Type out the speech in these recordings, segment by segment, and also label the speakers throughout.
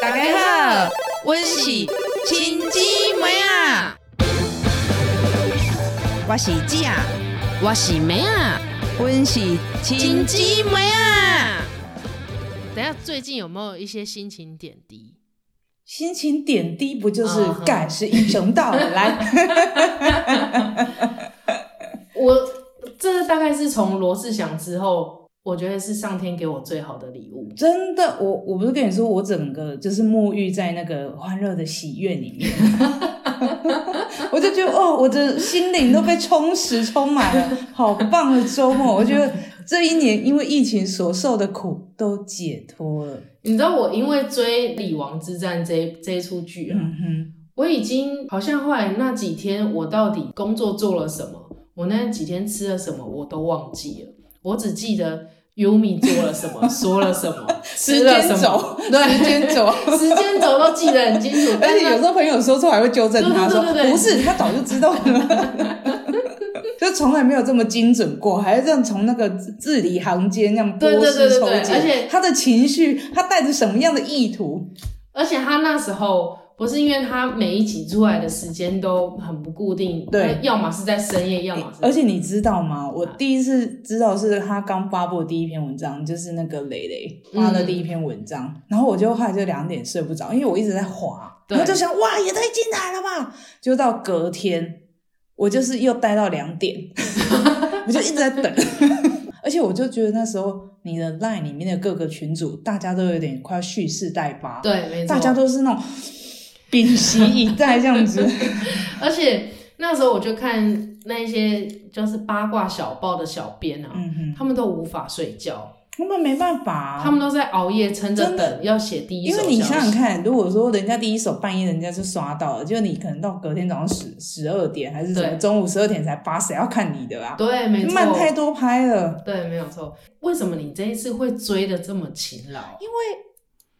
Speaker 1: 大家好，我是亲姊妹啊，我是姐啊，
Speaker 2: 我是妹啊，
Speaker 1: 我是亲姊妹啊。
Speaker 2: 等一下最近有没有一些心情点滴？
Speaker 3: 心情点滴不就是
Speaker 2: 嗯
Speaker 3: 盖世英雄到了？来，
Speaker 4: 我这大概是从罗志祥之后，我觉得是上天给我最好的礼物。
Speaker 3: 真的，我我不是跟你说，我整个就是沐浴在那个欢乐的喜悦里面， 我就觉得哦，我的心灵都被充实充满了，好棒的周末！我觉得这一年因为疫情所受的苦都解脱了。
Speaker 4: 你知道我因为追《李王之战这》这一出剧啊，
Speaker 3: 嗯
Speaker 4: 我已经好像后来那几天我到底工作做了什么，我那几天吃了什么我都忘记了，我只记得 Yumi 做了什 么，说了什么，吃了什
Speaker 3: 时间轴
Speaker 4: 么，对，
Speaker 3: 时间轴
Speaker 4: 时间轴都记得很清楚，
Speaker 3: 哼， 而
Speaker 4: 但
Speaker 3: 且有
Speaker 4: 是
Speaker 3: 时候朋友说错还会纠正他
Speaker 4: 对
Speaker 3: 说
Speaker 4: 啊对对对对
Speaker 3: 不是，他早就知 道了。就从来没有这么精准过，还这样从那个字字里行间那样波
Speaker 4: 对对
Speaker 3: 斯
Speaker 4: 对对
Speaker 3: 抽
Speaker 4: 对
Speaker 3: 茧，
Speaker 4: 而且
Speaker 3: 他的情绪，他带着什么样的意图？
Speaker 4: 而且他那时候不是因为他每一集出来的时间都很不固定，
Speaker 3: 对
Speaker 4: 要么是在深夜，要么啊是
Speaker 3: 而且你知道吗？我第一次知道是他刚发布的第一篇文章，就是那个蕾蕾
Speaker 4: 嗯
Speaker 3: 发的第一篇文章，然后我就后来就两点睡不着，因为我一直在滑，
Speaker 4: 对
Speaker 3: 然后就想哇也太精彩了吧！就到隔天，我就是又待到两 点，我就一直在等， 而且我就觉得那时候你的 LINE 里面的各个群组，大家都有点快要蓄势待发，
Speaker 4: 对，没错，
Speaker 3: 大家都是那种 屏息以待这样子。
Speaker 4: 而且那时候我就看那一些就是八卦小报的小编啊，
Speaker 3: 嗯哼，
Speaker 4: 他们都无法睡觉，
Speaker 3: 他们没办法啊、
Speaker 4: 他们都在熬夜撑着
Speaker 3: 真的
Speaker 4: 等要写第一
Speaker 3: 因
Speaker 4: 手消
Speaker 3: 为
Speaker 4: 息。
Speaker 3: 你想想看，如果说人家第一手半夜人家就刷到了，就你可能到隔天早上十十二点还是什么
Speaker 4: 对
Speaker 3: 中午十二点才发，谁要看你的啊？
Speaker 4: 对，没错，
Speaker 3: 慢太多拍了，
Speaker 4: 对，没有错。为什么你这一次会追的这么勤劳？
Speaker 3: 因为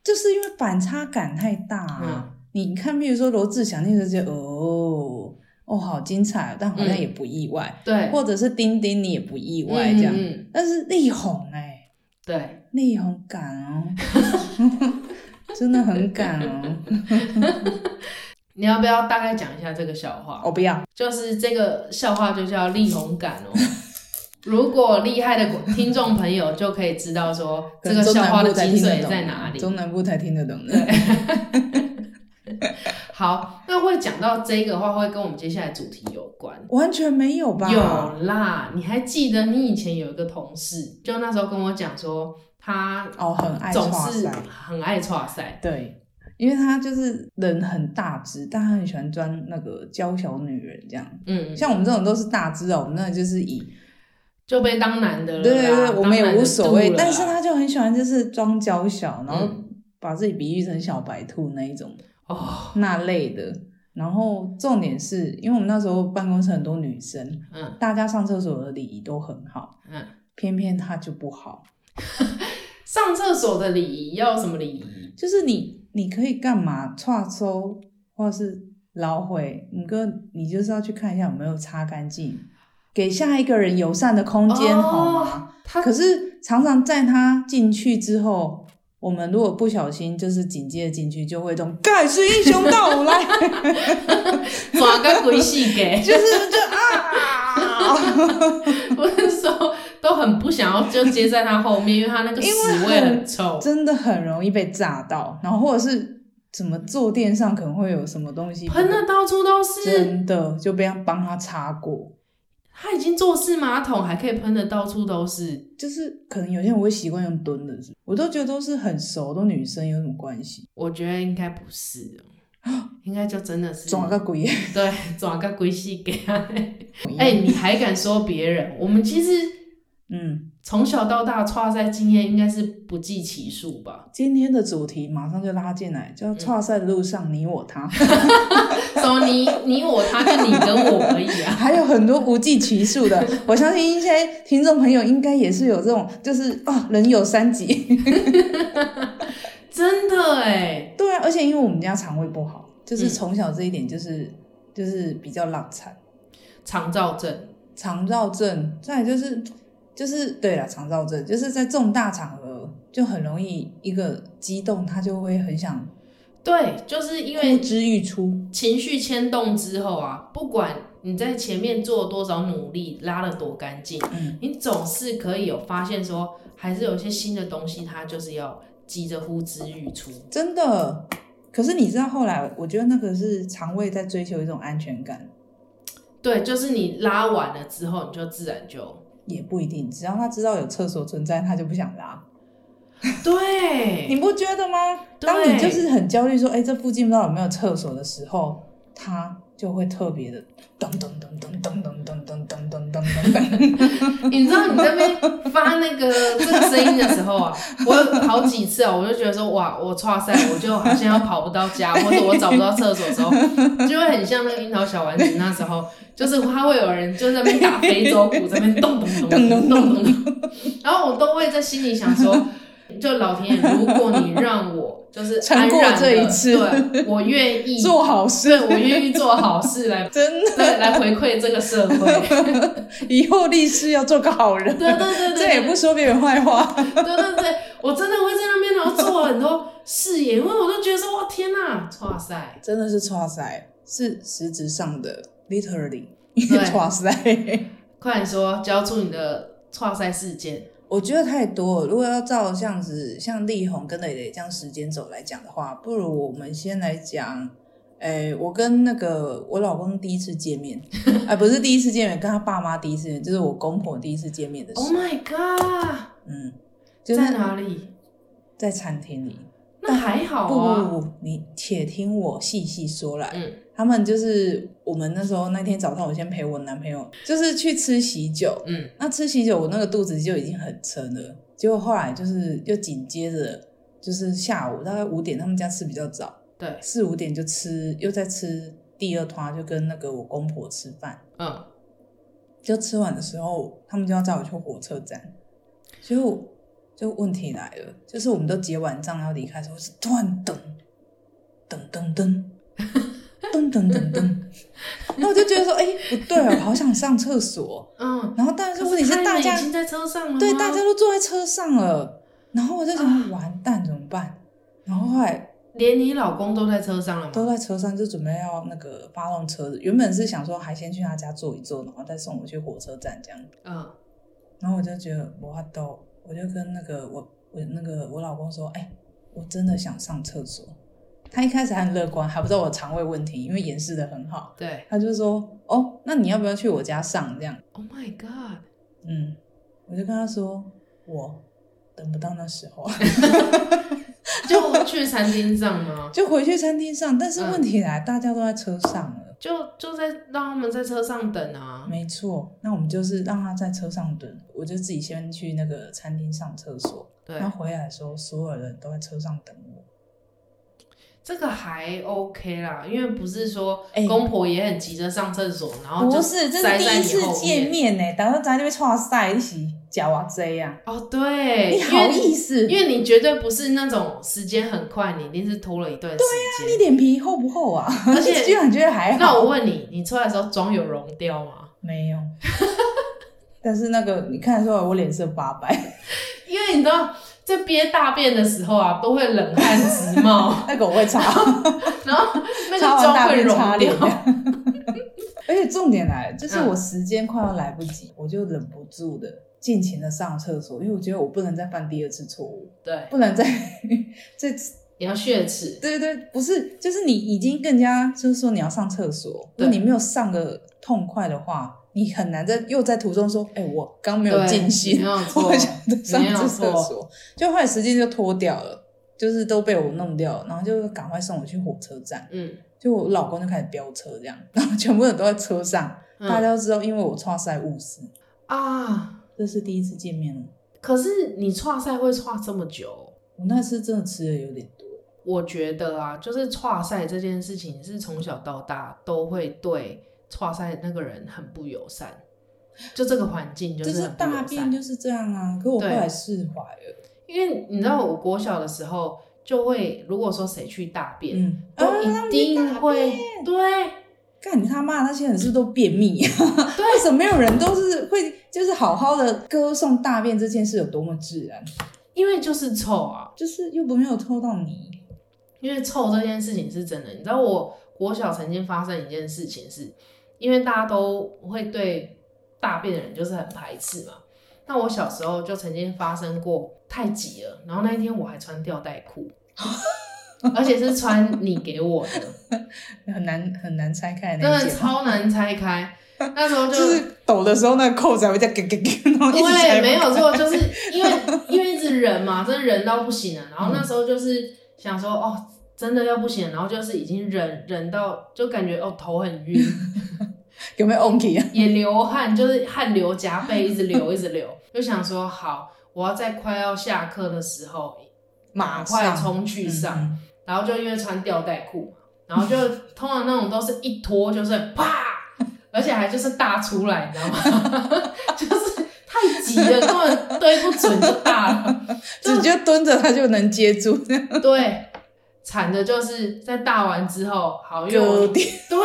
Speaker 3: 就是因为反差感太大、
Speaker 4: 嗯
Speaker 3: 啊。你看，比如说罗志祥那时候就哦哦好精彩，但好像
Speaker 4: 嗯
Speaker 3: 也不意外，
Speaker 4: 对，
Speaker 3: 或者是丁丁你也不意
Speaker 4: 嗯
Speaker 3: 外这样，
Speaker 4: 嗯嗯
Speaker 3: 但是力宏哎、
Speaker 4: 对，
Speaker 3: 力宏敢哦， 真的很敢哦，
Speaker 4: 你要不要大概讲一下这个笑话？
Speaker 3: 哦我不要。
Speaker 4: 就是这个笑话就叫力宏感哦。 如果厉害的听众朋友就可以知道说这个笑话的精髓在哪里。
Speaker 3: 啊中南部才听得懂的。
Speaker 4: 好，那会讲到这个话，会跟我们接下来主题有关。
Speaker 3: 完全没有吧？
Speaker 4: 有啦，你还记得你以前有一个同事，就那时候跟我讲说，他
Speaker 3: 哦，很爱
Speaker 4: 总
Speaker 3: 刷
Speaker 4: 是
Speaker 3: 塞。
Speaker 4: 很爱跨赛，
Speaker 3: 对，因为他就是人很大只，但他很喜欢装那个娇小女人这样。
Speaker 4: 嗯，
Speaker 3: 像我们这种都是大只哦，我们那就是以
Speaker 4: 就被当男的了啦，
Speaker 3: 对对对，我们也
Speaker 4: 啊当男的
Speaker 3: 无所谓
Speaker 4: 度。了啦
Speaker 3: 但是他就很喜欢就是装娇小，然后
Speaker 4: 嗯
Speaker 3: 把自己比喻成小白兔那一种
Speaker 4: 哦，
Speaker 3: 那类的。然后重点是因为我们那时候办公室很多女生，
Speaker 4: 嗯
Speaker 3: 大家上厕所的礼仪都很好，
Speaker 4: 嗯，
Speaker 3: 偏偏他就不好。
Speaker 4: 上厕所的礼仪要什么礼仪？
Speaker 3: 就是你你可以干嘛？跨收或是捞回，你跟你就是要去看一下有没有擦干净，给下一个人友善的空间，
Speaker 4: 哦
Speaker 3: 好吗？
Speaker 4: 他
Speaker 3: 可是常常在他进去之后。我们如果不小心，就是紧接着进去，就会这种盖世英雄到 我来，
Speaker 4: 抓个鬼戏给。
Speaker 3: 就是就啊，
Speaker 4: 我是说都很不想要就接在他后面，因为他那个屎味很臭。
Speaker 3: 真的很容易被炸到。然后或者是什么坐垫上可能会有什么东西
Speaker 4: 喷的到处都是，
Speaker 3: 真的就被他帮他擦过。
Speaker 4: 他已经坐式马桶，还可以喷的到处都是。
Speaker 3: 就是可能有些人会习惯用蹲的，是不是我都觉得都是很熟，都女生有什么关系？
Speaker 4: 我觉得应该不是哦，应该就真的是
Speaker 3: 装个鬼！
Speaker 4: 对 抓个鬼戏给他。哎、你还敢说别人？我们其实
Speaker 3: 嗯，
Speaker 4: 从小到大跨赛经验应该是不计其数吧？
Speaker 3: 今天的主题马上就拉进来，叫“跨赛的路上你我他
Speaker 4: 什么你你我他就你跟我而已”，啊？
Speaker 3: 还有很多无计其数的。我相信一些听众朋友应该也是有这种，就是啊，人有三急。
Speaker 4: 真的哎、
Speaker 3: 对啊，而且因为我们家肠胃不好，就是从小这一点就是、就是比较浪惨，
Speaker 4: 肠燥症。
Speaker 3: 肠燥症，再来就是就是对了，肠燥症就是在重大场合就很容易一个激动，他就会很想
Speaker 4: 对，就是因为
Speaker 3: 呼之欲出，
Speaker 4: 情绪牵动之后啊，不管你在前面做了多少努力，拉了多干净，
Speaker 3: 嗯
Speaker 4: 你总是可以有发现说，还是有一些新的东西，它就是要急着呼之欲出。
Speaker 3: 真的。可是你知道后来，我觉得那个是肠胃在追求一种安全感，
Speaker 4: 对，就是你拉完了之后，你就自然就
Speaker 3: 也不一定，只要他知道有厕所存在，他就不想拉。 你
Speaker 4: 对，
Speaker 3: 不觉得吗？
Speaker 4: 对
Speaker 3: 当你就是很焦虑，说“哎、这附近不知道有没有厕所”的时候，他就会特别的噔噔噔噔噔噔噔噔噔噔噔 噔。
Speaker 4: 你知道你在那边发那个这个声音的时候 啊，我有好几次啊，我就觉得说哇，我哇塞，我就好像要跑不到 家，或者我找不到厕所的时候，就会很像那个樱桃小丸子那时候，就是他会有人就在那边打非洲鼓，在那边咚咚咚咚咚咚咚咚，然后我都会在心里想说，就老天爷，如果你让我就是
Speaker 3: 撑
Speaker 4: 安
Speaker 3: 过
Speaker 4: 然地
Speaker 3: 这一次
Speaker 4: 对我愿意
Speaker 3: 做好事
Speaker 4: 对我愿意做好事来
Speaker 3: 真的，
Speaker 4: 对来回馈这个社 会，
Speaker 3: 以后立誓要做个好人，
Speaker 4: 对对对对，对
Speaker 3: 这也不说别人坏话。
Speaker 4: 对对对，我真的会在那边然后做了很多事业，因为我就觉得说哇天呐，哇塞，
Speaker 3: 真的是哇塞，是实质上的，literally
Speaker 4: 对
Speaker 3: 哇塞。
Speaker 4: 快点说，交出你的哇塞事件。
Speaker 3: 我觉得太多了。如果要照这样子，像力宏跟磊磊这样时间轴来讲的话，不如我们先来讲，诶、我跟那个我老公第一次见 面，哎、不是第一次见面，跟他爸妈第一次见面，就是我公婆第一次见面的时
Speaker 4: Oh
Speaker 3: 候，
Speaker 4: my god，
Speaker 3: 嗯，就是
Speaker 4: 在哪里？
Speaker 3: 在餐厅里。
Speaker 4: 那还好
Speaker 3: 不
Speaker 4: 啊。
Speaker 3: 不不，你且听我细细说来。
Speaker 4: 嗯
Speaker 3: 他们就是我们那时候那天早上，我先陪我男朋友，就是去吃喜酒，
Speaker 4: 嗯，
Speaker 3: 那吃喜酒，我那个肚子就已经很撑了，结果后来就是又紧接着就是下午大概五点，他们家吃比较早，
Speaker 4: 对，
Speaker 3: 四五点就吃，又在吃第二团，就跟那个我公婆吃饭，
Speaker 4: 嗯，
Speaker 3: 就吃完的时候，他们就要载我去火车站，所以我就问题来了，就是我们都结完账要离开的时候，是突然噔噔噔噔噔噔噔噔，那我就觉得说，哎、不对哦，好想上厕所。
Speaker 4: 嗯。
Speaker 3: 然后，但是问题
Speaker 4: 可
Speaker 3: 是
Speaker 4: 他
Speaker 3: 大
Speaker 4: 们
Speaker 3: 家
Speaker 4: 已经在车上了吗
Speaker 3: 对，大家都坐在车上了，然后我就想说，完蛋怎么办？然后后来
Speaker 4: 连你老公都在车上了吗？
Speaker 3: 都在车上，就准备要那个发动车子。原本是想说，还先去他家坐一坐，然后再送我去火车站这样。
Speaker 4: 嗯，
Speaker 3: 然后我就觉得我要抖，我就跟那个我我那个我老公说，哎、我真的想上厕所。他一开始还很乐观，还不知道我肠胃问题，因为掩饰的很好。
Speaker 4: 对。
Speaker 3: 他就说，哦，那你要不要去我家上这样？
Speaker 4: Oh my god，
Speaker 3: 嗯，我就跟他说，我等不到那时 候。
Speaker 4: 就去餐厅上吗？
Speaker 3: 就回去餐厅上，但是
Speaker 4: 嗯
Speaker 3: 问题来，大家都在车上了。
Speaker 4: 就就在让他们在车上等啊。
Speaker 3: 没错，那我们就是让他在车上等，我就自己先去那个餐厅上厕所。
Speaker 4: 对
Speaker 3: 然，后回来的时候，所有人都在车上等我。
Speaker 4: 这个还 OK 啦，因为不是说
Speaker 3: 哎
Speaker 4: 公婆也很急着上厕所，然后哦就
Speaker 3: 不是，这
Speaker 4: 塞
Speaker 3: 是
Speaker 4: 在
Speaker 3: 第一
Speaker 4: 你
Speaker 3: 次
Speaker 4: 后
Speaker 3: 见
Speaker 4: 面。
Speaker 3: 面呢、打算在那边哇塞一起夹哇这啊，
Speaker 4: 哦，对，
Speaker 3: 你好意
Speaker 4: 思，
Speaker 3: 思？
Speaker 4: 因为你绝对不是那种时间很快，你一定是拖了一段时
Speaker 3: 你
Speaker 4: 间。
Speaker 3: 脸皮厚不厚啊？
Speaker 4: 而且
Speaker 3: 居然觉得还
Speaker 4: 那
Speaker 3: 好，
Speaker 4: 我问你，你出来的时候妆有融掉吗？
Speaker 3: 没有。 但是那个你看得出来我脸色发白，
Speaker 4: 因为你知道，在憋大便的时候啊，都会冷汗直 冒，
Speaker 3: 那个我会擦。
Speaker 4: 然后 那个
Speaker 3: 擦完
Speaker 4: 妆
Speaker 3: 大
Speaker 4: 会
Speaker 3: 便擦
Speaker 4: 融
Speaker 3: 脸
Speaker 4: 掉。
Speaker 3: 这样。 而且重点来了，就是
Speaker 4: 嗯
Speaker 3: 我时间快要来不及，我就忍不住的尽情的上厕所，因为我觉得我不能再犯第二次错误，
Speaker 4: 对，
Speaker 3: 不能再 这
Speaker 4: 你要血耻。
Speaker 3: 对对，不是，就是你已经更加就是说你要上厕所，如
Speaker 4: 对
Speaker 3: 果你没有上个痛快的话，你很难在又在途中说，哎、我刚没有
Speaker 4: 对
Speaker 3: 尽兴，
Speaker 4: 没有错
Speaker 3: 我想再上
Speaker 4: 没有
Speaker 3: 次厕
Speaker 4: 错
Speaker 3: 所，就后来时间就拖掉了，就是都被我弄掉了，然后就赶快送我去火车站。
Speaker 4: 嗯，
Speaker 3: 就我老公就开始飙车这样，然后全部人都在车上，
Speaker 4: 嗯
Speaker 3: 大家都知道，因为我跨赛误事，
Speaker 4: 啊，
Speaker 3: 这是第一次见面了。
Speaker 4: 可是你跨赛会跨这么久？哦
Speaker 3: 我那次真的吃的有点多，
Speaker 4: 我觉得啊，就是跨赛这件事情是从小到大都会对跨赛那个人很不友善，就这个环境就
Speaker 3: 就是是
Speaker 4: 很不
Speaker 3: 大
Speaker 4: 友
Speaker 3: 便
Speaker 4: 善。
Speaker 3: 就是这样啊。可我后
Speaker 4: 对
Speaker 3: 来释怀了，
Speaker 4: 因为你知道，我国小的时候就会，如果说谁去大便，
Speaker 3: 嗯，啊，
Speaker 4: 都一定会、对
Speaker 3: 干你他妈那些人是不是都便秘、 啊，为
Speaker 4: 对，
Speaker 3: 什么没有人都是会就是好好的歌颂大便这件事有多么自然，
Speaker 4: 因为就是臭啊。
Speaker 3: 就是又不没有抽到你，
Speaker 4: 因为臭这件事情是真的。你知道我国小曾经发生一件事情是，因为大家都会对大便的人就是很排斥嘛。那我小时候就曾经发生过太挤了，然后那一天我还穿吊带 裤，而且是穿你给我的，
Speaker 3: 很难很难拆开
Speaker 4: 真
Speaker 3: 那
Speaker 4: 的
Speaker 3: 一件，
Speaker 4: 超难拆开。那时候就
Speaker 3: 就是抖的时候那个扣子还会啊在咯咯咯，然后 一直
Speaker 4: 对，
Speaker 3: 拆
Speaker 4: 没
Speaker 3: 不
Speaker 4: 有
Speaker 3: 开
Speaker 4: 错， 就是因为因为一直忍嘛，真的忍到不行了。然后那时候就是想说，哦，真的要不行了，然后就是已经忍忍到就感觉哦头很晕，
Speaker 3: 有没有 onky 啊？
Speaker 4: 也流汗，就是汗流浃背，一直流一直流，就想说好，我要在快要下课的时候
Speaker 3: 马
Speaker 4: 快
Speaker 3: 上
Speaker 4: 冲去上，
Speaker 3: 嗯
Speaker 4: 然后就因为穿吊带裤嘛，然后 就通常那种都是一脱就是啪，而且还就是大出来，你知道吗？ 就是太挤了，根本对不准就大了。
Speaker 3: 直接蹲着它就能接住，
Speaker 4: 对，惨的就是在大完之后，好因为我
Speaker 3: 割掉。
Speaker 4: 对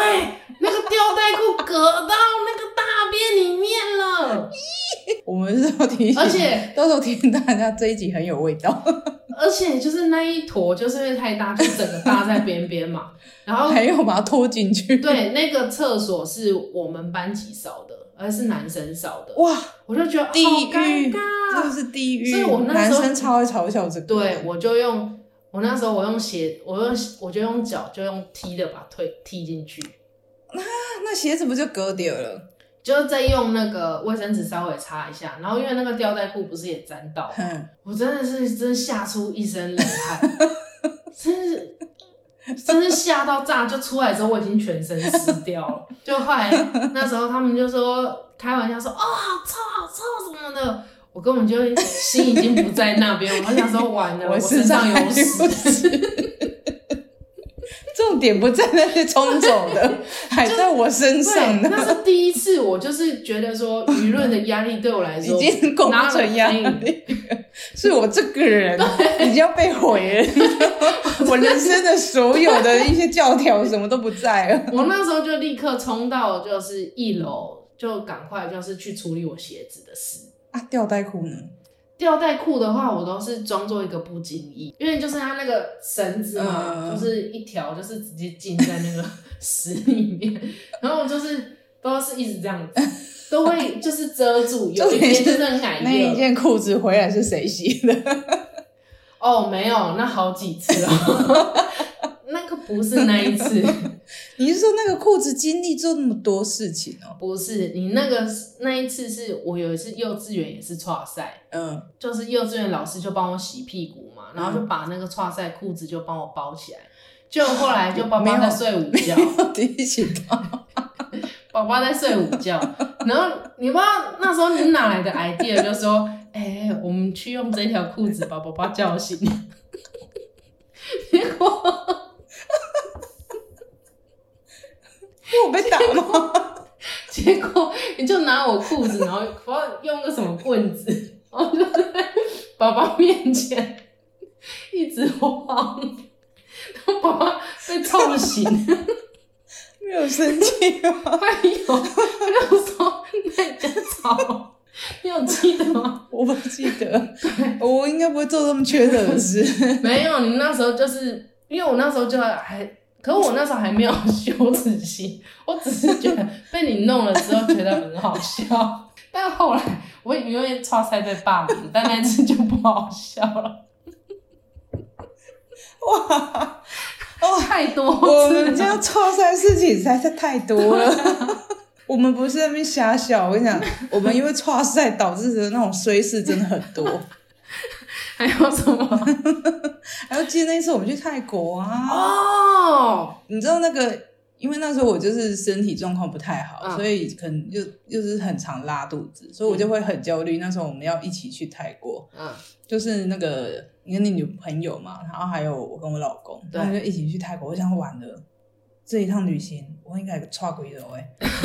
Speaker 4: 那个吊带裤隔到那个大便里面了，
Speaker 3: 我们是要提醒，
Speaker 4: 而且
Speaker 3: 到时候提醒大家这一集很有味道，
Speaker 4: 而且就是那一坨就是因为太大，就整个搭在边边嘛，然后
Speaker 3: 还有把它拖进去。，
Speaker 4: 哦对，那个厕所是我们班级扫的，而是男生扫的。
Speaker 3: 哇，
Speaker 4: 我就觉得哦
Speaker 3: 哦地
Speaker 4: 好
Speaker 3: 狱
Speaker 4: 尴
Speaker 3: 真的
Speaker 4: 尬。
Speaker 3: 是地狱。
Speaker 4: 所以我那
Speaker 3: 男
Speaker 4: 时候
Speaker 3: 生超爱嘲笑这个。
Speaker 4: 对，我就用我那时候我用鞋，我用我就用脚就用踢的把腿踢进去，
Speaker 3: 那那鞋子不就割掉了？
Speaker 4: 就是再用那个卫生纸稍微擦一下，然后因为那个吊带裤不是也沾到，
Speaker 3: 哼，
Speaker 4: 我真的是真吓出一身冷汗，真是。真是吓到炸！就出来之后，我已经全身湿掉了。就后来那时候他们就说开玩笑说：“哦，好臭，好臭什么的。”我根本就心已经不在那边，我想说完了，我
Speaker 3: 身
Speaker 4: 身
Speaker 3: 上
Speaker 4: 上
Speaker 3: 还
Speaker 4: 有
Speaker 3: 有
Speaker 4: 屎。
Speaker 3: 屎。重点不在那些冲走的， 还在我
Speaker 4: 对
Speaker 3: 身上，呢。
Speaker 4: 那是第一次，我就是觉得说舆论的压力对我来
Speaker 3: 已
Speaker 4: 说
Speaker 3: 经构
Speaker 4: 哪
Speaker 3: 不
Speaker 4: 有
Speaker 3: 成压力，是我这个人已经要被 毁了，我人生的所有的一些教条什么都不在了。
Speaker 4: 我那时候就立刻冲到就是一楼，就赶快就是去处理我鞋子的事。
Speaker 3: 啊，吊带裤呢？
Speaker 4: 吊带裤的话，我都是装作一个不经意，因为就是它那个绳子嘛，
Speaker 3: 嗯
Speaker 4: 就是一条，就是直接浸在那个 屎里面，然后我就是都是一直这样子，都会就是遮住，有一边就是很矮
Speaker 3: 那一
Speaker 4: 热。
Speaker 3: 件裤子回来是谁洗的？
Speaker 4: 哦，没有，那好几次哦， 那个不是那一次，
Speaker 3: 你是说那个裤子经历这么多事情哦？
Speaker 4: 不是你那个那一次是我有一次幼稚园也是 跨赛，
Speaker 3: 嗯，
Speaker 4: 就是幼稚园老师就帮我洗屁股嘛，然后就把那个跨赛裤子就帮我包起来。就后来就爸
Speaker 3: 没有
Speaker 4: 爸在睡午觉，
Speaker 3: 提醒到
Speaker 4: 爸爸在睡午觉，然后你不知道那时候你哪来的 idea，就说，哎、我们去用这条裤子把爸爸叫醒。 结果
Speaker 3: 我被打吗？
Speaker 4: 结果你就拿我裤子，然后不知道用个什么棍子，然后就在爸爸面前一直晃，然后爸爸被痛醒。
Speaker 3: 没有生气吗？
Speaker 4: 哎呦，我就说那家吵，你有记得吗？
Speaker 3: 我不记得，我应该不会做这么缺德的事。
Speaker 4: 没有，你那时候就是因为我那时候就还，可我那时候还没有羞耻心，我只是觉得被你弄了之后觉得很好笑，但后来我因为差赛被霸凌，但那次就不好笑了，
Speaker 3: 哇，
Speaker 4: 太多
Speaker 3: 我
Speaker 4: 次
Speaker 3: 们
Speaker 4: 了。
Speaker 3: 家错赛事情实在是太多了。我们不是在那边瞎笑，我跟你讲，我们因为错赛导致的那种衰事真的很多。
Speaker 4: 还有什么？
Speaker 3: 还有记得那一次我们去泰国啊，
Speaker 4: 哦，
Speaker 3: 你知道那个，因为那时候我就是身体状况不太好，
Speaker 4: 嗯
Speaker 3: 所以可能就就是很常拉肚子，所以我就会很焦虑。那时候我们要一起去泰国，
Speaker 4: 嗯，
Speaker 3: 就是那个你跟你女朋友嘛，然后还有我跟我老公，
Speaker 4: 对
Speaker 3: 然后就一起去泰国。我想完了，这一趟旅行我应该差鬼了哎。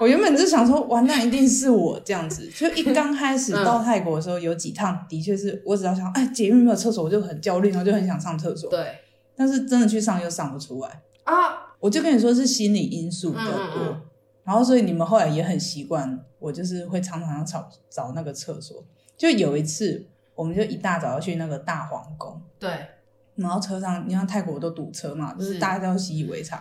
Speaker 3: 我原本就想说，完那一定是我这样子。就一刚开始
Speaker 4: 嗯
Speaker 3: 到泰国的时候，有几趟的确是我只要想，哎，捷运没有厕所，我就很焦虑，然后就很想上厕所，
Speaker 4: 对
Speaker 3: 但是真的去上又上不出来。
Speaker 4: 啊，
Speaker 3: 我就跟你说是心理因素比较
Speaker 4: 嗯
Speaker 3: 多，
Speaker 4: 嗯嗯
Speaker 3: 然后所以你们后来也很习惯，我就是会常常要找找那个厕所。就有一次，我们就一大早要去那个大皇宫，
Speaker 4: 对，
Speaker 3: 然后车上，你看泰国都堵车嘛，就是
Speaker 4: 是
Speaker 3: 大家都习以为常，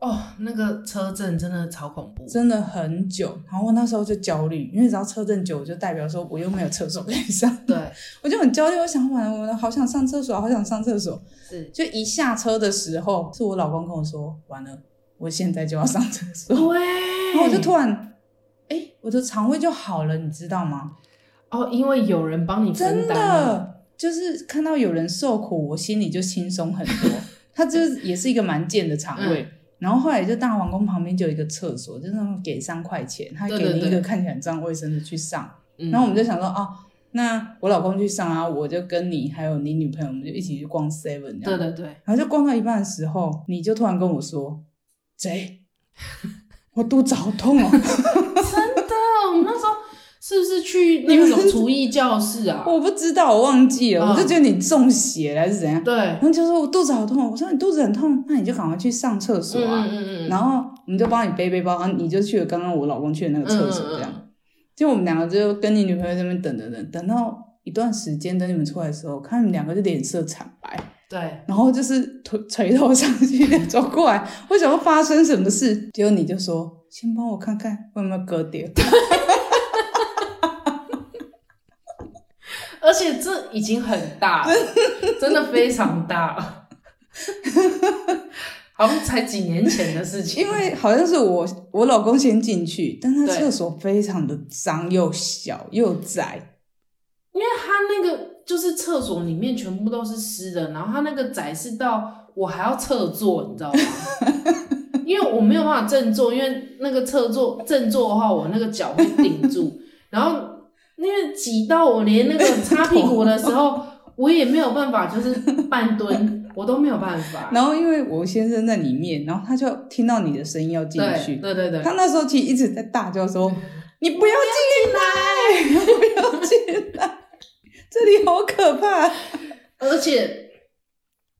Speaker 4: 哦，那个车震真的超恐怖，
Speaker 3: 真的很久。然后我那时候就焦虑，因为只要车震久，就代表说我又没有厕所可以上，
Speaker 4: 对，
Speaker 3: 我就很焦虑。我想完，我好想上厕所，好想上厕所。
Speaker 4: 是，
Speaker 3: 就一下车的时候，是我老公跟我说，完了，我现在就要上厕所。
Speaker 4: 对，
Speaker 3: 然后我就突然，哎、我的肠胃就好了，你知道吗？
Speaker 4: 哦，因为有人帮你
Speaker 3: 真
Speaker 4: 分担了，
Speaker 3: 的，就是看到有人受苦，我心里就轻松很多。他就是也是一个蛮贱的
Speaker 4: 嗯
Speaker 3: 肠胃。然后后来就大皇宫旁边就有一个厕所，就是那种给三块钱，他
Speaker 4: 对
Speaker 3: 给
Speaker 4: 对
Speaker 3: 你一
Speaker 4: 对
Speaker 3: 个看起来很脏卫生的去上。
Speaker 4: 嗯
Speaker 3: 然后我们就想说，哦，那我老公去上啊，我就跟你还有你女朋友，我们就一起去逛 Seven。
Speaker 4: 对对 对，
Speaker 3: 然后就逛到一半的时候，你就突然跟我说：“贼，我肚子好痛哦，
Speaker 4: 那我们那时候是不是去那种厨艺教室啊？
Speaker 3: 我不知道，我忘记了，
Speaker 4: 嗯
Speaker 3: 我就觉得你中邪了还是怎样。”
Speaker 4: 对
Speaker 3: 然，后就说：“我肚子好痛哦。”我说：“你肚子很痛，那你就赶快去上厕所
Speaker 4: 嗯
Speaker 3: 啊。
Speaker 4: 嗯嗯嗯，
Speaker 3: 然后我们就帮你背背包，然后啊你就去了刚刚我老公去的那个厕所，
Speaker 4: 嗯
Speaker 3: 这样。就我们两个就跟你女朋友在那边等等等，等到一段时间，等你们出来的时候，看你们两个就脸色惨白，
Speaker 4: 对，
Speaker 3: 然后就是腿垂头丧气的走过来，我想要发生什么事，结果你就说先帮我看看我有没有割掉，
Speaker 4: 而且这已经很 大了，真的非常大了， 好像才几年前的事情，
Speaker 3: 因为好像是我我老公先进去，但他
Speaker 4: 对
Speaker 3: 厕所非常的脏又小又窄，
Speaker 4: 因为他那个就是厕所里面全部都是湿的，然后他那个窄是到我还要侧坐，你知道吗？ 因为我没有办法正坐，因为那个侧坐正坐的话，我那个脚会顶住，然后因为挤到我连那个擦屁股的时 候，我也没有办法，就是半蹲，我都没有办法。
Speaker 3: 然后因为我先生在里面，然后他就听到你的声音要进
Speaker 4: 对
Speaker 3: 去，
Speaker 4: 对对对，
Speaker 3: 他那时候其实一直在大 叫说：“你不要进来， 不要进来，这里好可怕。”
Speaker 4: 而且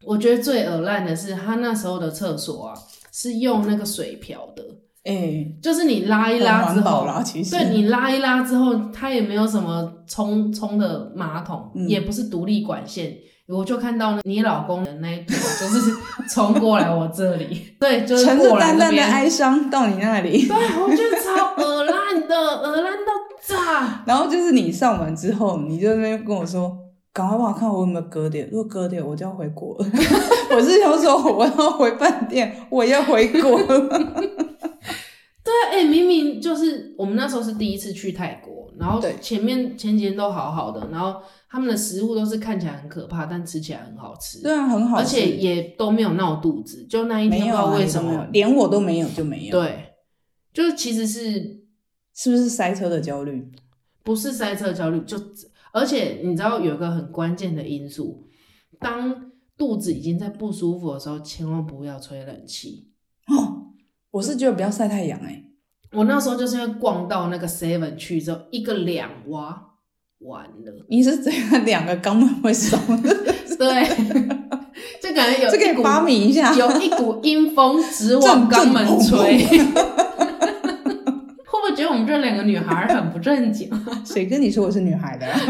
Speaker 4: 我觉得最恶烂的是他那时候的厕所啊，是用那个水瓢的，
Speaker 3: 哎、
Speaker 4: 就是你拉一拉之
Speaker 3: 很环保
Speaker 4: 后，
Speaker 3: 啦其实
Speaker 4: 对你拉一拉之后，它也没有什么冲冲的马桶，
Speaker 3: 嗯
Speaker 4: 也不是独立管线。我就看到你老公的那一坨，就是冲过来我这里，对，就是
Speaker 3: 沉着
Speaker 4: 过来
Speaker 3: 淡
Speaker 4: 这
Speaker 3: 淡的
Speaker 4: 边。
Speaker 3: 哀伤到你那里。
Speaker 4: 对，我觉得超恶烂的，恶烂到炸。
Speaker 3: 然后就是你上完之后，你就在那边跟我说，赶快帮我看我有没有割掉，如果割掉，我就要回国了。 我是想说我要回饭店，我要回国 了。
Speaker 4: 对，哎、明明就是我们那时候是第一次去泰国，然后
Speaker 3: 对
Speaker 4: 前面前几天都好好的，然后他们的食物都是看起来很可怕，但吃起来很好吃。
Speaker 3: 对啊，很好
Speaker 4: 而
Speaker 3: 吃，
Speaker 4: 且也都没有闹肚子，就那一天
Speaker 3: 没
Speaker 4: 不知
Speaker 3: 有
Speaker 4: 道
Speaker 3: 啊
Speaker 4: 为什
Speaker 3: 你都没
Speaker 4: 么
Speaker 3: 有，连我都没有就没有。，
Speaker 4: 对，就是其实是
Speaker 3: 是不是塞车的焦虑？
Speaker 4: 不是塞车焦虑，就而且你知道有一个很关键的因素，当肚子已经在不舒服的时候，千万不要吹冷气。
Speaker 3: 哦，我是觉得不要晒太阳哎、
Speaker 4: 我那时候就是因为逛到那个 Seven 去之后，一个两挖完 了，
Speaker 3: 你是怎样两个肛门 会松？
Speaker 4: 对，就感觉有
Speaker 3: 这可
Speaker 4: 一
Speaker 3: 以
Speaker 4: 股
Speaker 3: 发明一啊下。
Speaker 4: 有一股阴风直往肛门吹。 会不会觉得我们这两个女孩很不正经？
Speaker 3: 谁跟你说我是女孩的、啊？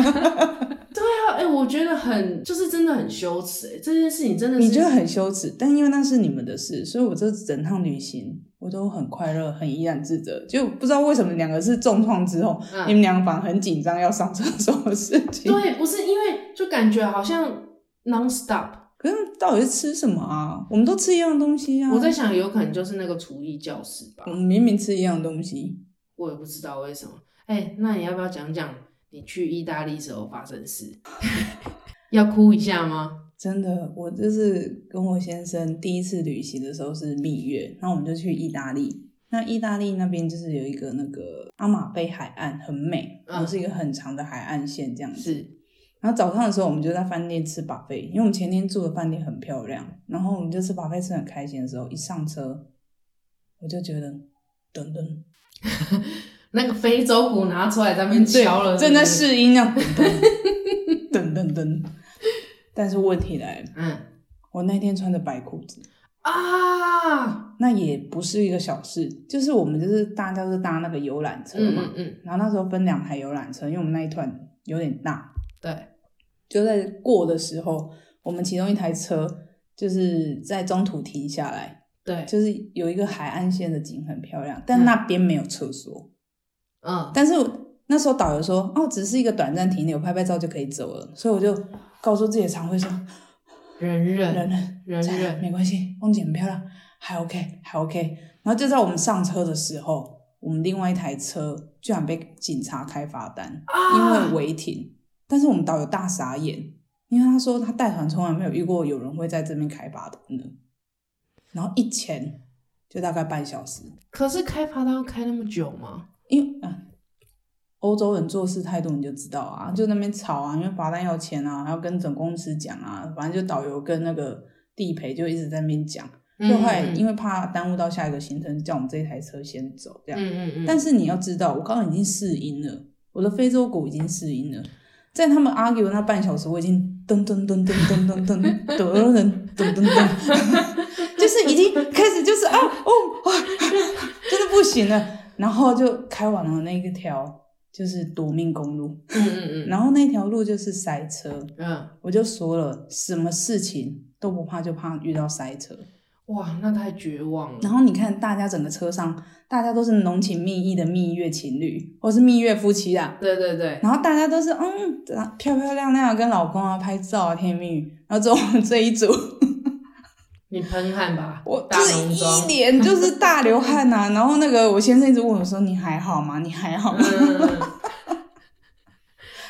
Speaker 4: 对啊，哎、我觉得很，就是真的很羞耻、哎，这件事情真的是，
Speaker 3: 你觉得很羞耻，但因为那是你们的事，所以我这整趟旅行我都很快乐，很怡然自得。就不知道为什么两个是重创之后，
Speaker 4: 嗯
Speaker 3: 你们两个反而很紧张要上厕所的事情。
Speaker 4: 对，不是因为就感觉好像 non stop。
Speaker 3: 可是到底是吃什么啊？我们都吃一样东西啊。
Speaker 4: 我在想，有可能就是那个厨艺教室吧
Speaker 3: 我，们明明吃一样东西，
Speaker 4: 我也不知道为什么。哎、那你要不要讲讲你去意大利时候发生的事？ 要哭一下吗？
Speaker 3: 真的，我就是跟我先生第一次旅行的时候是蜜月，然后我们就去意大利。那意大利那边就是有一个那个阿马贝海岸，很美，
Speaker 4: 嗯
Speaker 3: 然后是一个很长的海岸线这样子。
Speaker 4: 是，
Speaker 3: 然后早上的时候，我们就在饭店吃 buffet，因为我们前天住的饭店很漂亮，然后我们就吃 buffet 吃得很开心的时候，一上车我就觉得噔噔，
Speaker 4: 那个非洲鼓拿出来在那边
Speaker 3: 对
Speaker 4: 敲了，
Speaker 3: 正在
Speaker 4: 是不是，
Speaker 3: 试音那样噔噔噔噔噔。但是问题来了，
Speaker 4: 嗯
Speaker 3: 我那天穿着白裤子，
Speaker 4: 啊，
Speaker 3: 那也不是一个小事，就是我们就是大家都是搭那个游览车
Speaker 4: 嗯
Speaker 3: 嘛，
Speaker 4: 嗯嗯，
Speaker 3: 然后那时候分两台游览车，因为我们那一团有点大，
Speaker 4: 对，
Speaker 3: 就在过的时候，我们其中一台车就是在中途停下来，
Speaker 4: 对，
Speaker 3: 就是有一个海岸线的景很漂亮，但那边没有厕所。
Speaker 4: 嗯，
Speaker 3: 但是那时候导游说，哦，只是一个短暂停留，拍拍照就可以走了。所以我就告诉自己的常会说，
Speaker 4: 忍忍
Speaker 3: 忍忍
Speaker 4: 忍
Speaker 3: 再忍，
Speaker 4: 忍，
Speaker 3: 没关系，风景很漂亮，还 OK，还 OK。然后就在我们上车的时候，我们另外一台车居然被警察开罚单，
Speaker 4: 啊
Speaker 3: 因为违停。但是我们导游大傻眼，因为他说他带团从来没有遇过有人会在这边开罚单的，然后一前就大概半小时，
Speaker 4: 可是开罚单要开那么久吗？
Speaker 3: 因为啊，欧洲人做事态度你就知道啊，就那边吵啊，因为罚单要钱啊，还要跟总公司讲啊，反正就导游跟那个地陪就一直在那边讲，就后
Speaker 4: 嗯
Speaker 3: 来因为怕耽误到下一个行程，就叫我们这一台车先走这样。
Speaker 4: 嗯嗯
Speaker 3: 但是你要知道，我刚刚已经试音了，我的非洲鼓已经试音了，在他们 argue 的那半小时，我已经噔噔噔噔噔噔噔噔噔噔噔噔噔， 就是已经开始就是啊哦，哇真的不行了，然后就开往了那个条就是夺命公路，
Speaker 4: 嗯嗯嗯
Speaker 3: 然后那条路就是塞车，
Speaker 4: 嗯，
Speaker 3: 我就说了，什么事情都不怕，就怕遇到塞车。
Speaker 4: 哇，那太绝望了。
Speaker 3: 然后你看，大家整个车上，大家都是浓情蜜意的蜜月情侣，或是蜜月夫妻啊。
Speaker 4: 对对对，
Speaker 3: 然后大家都是嗯，漂漂亮亮地跟老公啊拍照啊，甜言蜜语。然后只有我们这一组，
Speaker 4: 你喷汗吧，
Speaker 3: 我
Speaker 4: 大
Speaker 3: 就是
Speaker 4: 浓妆
Speaker 3: 一。脸就是大流汗呐、然后那个我先生一直问我说：“你还好吗？你还好吗
Speaker 4: 嗯，？”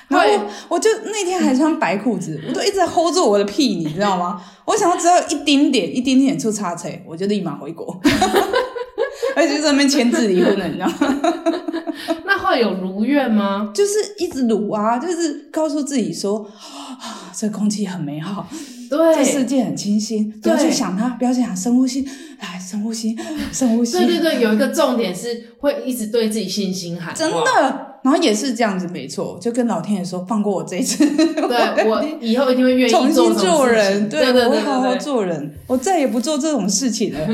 Speaker 3: 然后
Speaker 4: 对
Speaker 3: 我我就那天还穿白裤子，我都一直在 hold 住我的屁，你知道吗？我想要只要有一丁点一丁点出差错，我就立马回国， 而且就在那边签字离婚了，你知道吗？
Speaker 4: 嗯那会有如愿吗？
Speaker 3: 就是一直撸啊，就是告诉自己说， 啊，这空气很美好，这
Speaker 4: 对，
Speaker 3: 世界很清新，不要去想它，不要去想深呼吸，来深呼吸， 深呼吸，
Speaker 4: 对对对，有一个重点是会一直对自己信心喊话。
Speaker 3: 真的。然后也是这样子，没错，就跟老天爷说，放过我这一次，
Speaker 4: 对我以后一定会愿意
Speaker 3: 重
Speaker 4: 做
Speaker 3: 新
Speaker 4: 这种
Speaker 3: 做
Speaker 4: 事
Speaker 3: 人，
Speaker 4: 情对对
Speaker 3: 我会
Speaker 4: 对
Speaker 3: 好好
Speaker 4: 对对，
Speaker 3: 做人，我再也不做这种事情 了。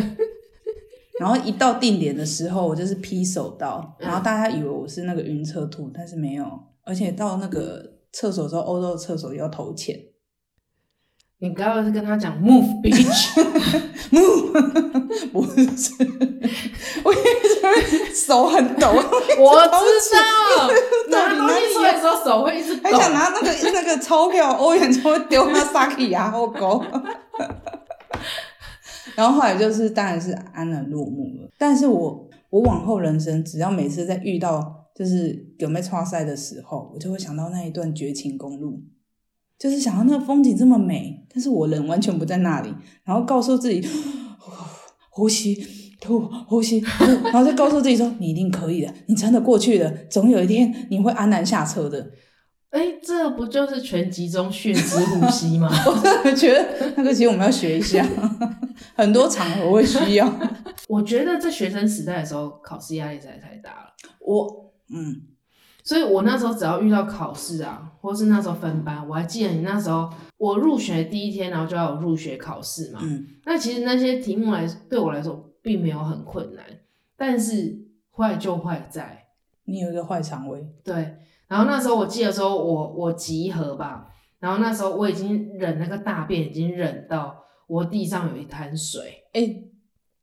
Speaker 3: 然后一到定点的时候，我就是劈手到，
Speaker 4: 嗯
Speaker 3: 然后大家以为我是那个晕车兔，但是没有，而且到那个厕所的时候，欧洲的厕所要投钱。
Speaker 4: 你刚刚是跟他讲 move bitch，
Speaker 3: 不是， 我一直手很抖，
Speaker 4: 我知道，拿
Speaker 3: 到底
Speaker 4: 东
Speaker 3: 哪里
Speaker 4: 西出来的时候手会一直抖
Speaker 3: 还。想拿那个 那个钞票欧元钞丢那萨克牙后沟。 然后后来就是，当然是安然落幕了。但是我我往后人生，只要每次在遇到就是有没跨赛的时候，我就会想到那一段绝情公路，就是想到那个风景这么美，但是我人完全不在那里，然后告诉自己 呼吸。吐呼吸吐，然后再告诉自己说：“你一定可以的，你撑得过去的，总有一天你会安然下车的。”
Speaker 4: 哎，这不就是全集中血脂呼吸吗？
Speaker 3: 我觉得那个其实我们要学一下， 很多场合会需 要。
Speaker 4: 我觉得在学生时代的时候，考试压力实在太大了，
Speaker 3: 我嗯，
Speaker 4: 所以我那时候只要遇到考试啊，或是那时候分班，我还记得你那时候我入学第一天，然后就要有入学考试嘛。
Speaker 3: 嗯
Speaker 4: 那其实那些题目来对我来说并没有很困难，但是坏就坏在
Speaker 3: 你有一个坏肠胃，
Speaker 4: 对，然后那时候我记得说我，我集合吧，然后那时候我已经忍那个大便，已经忍到我地上有一滩水。
Speaker 3: 哎、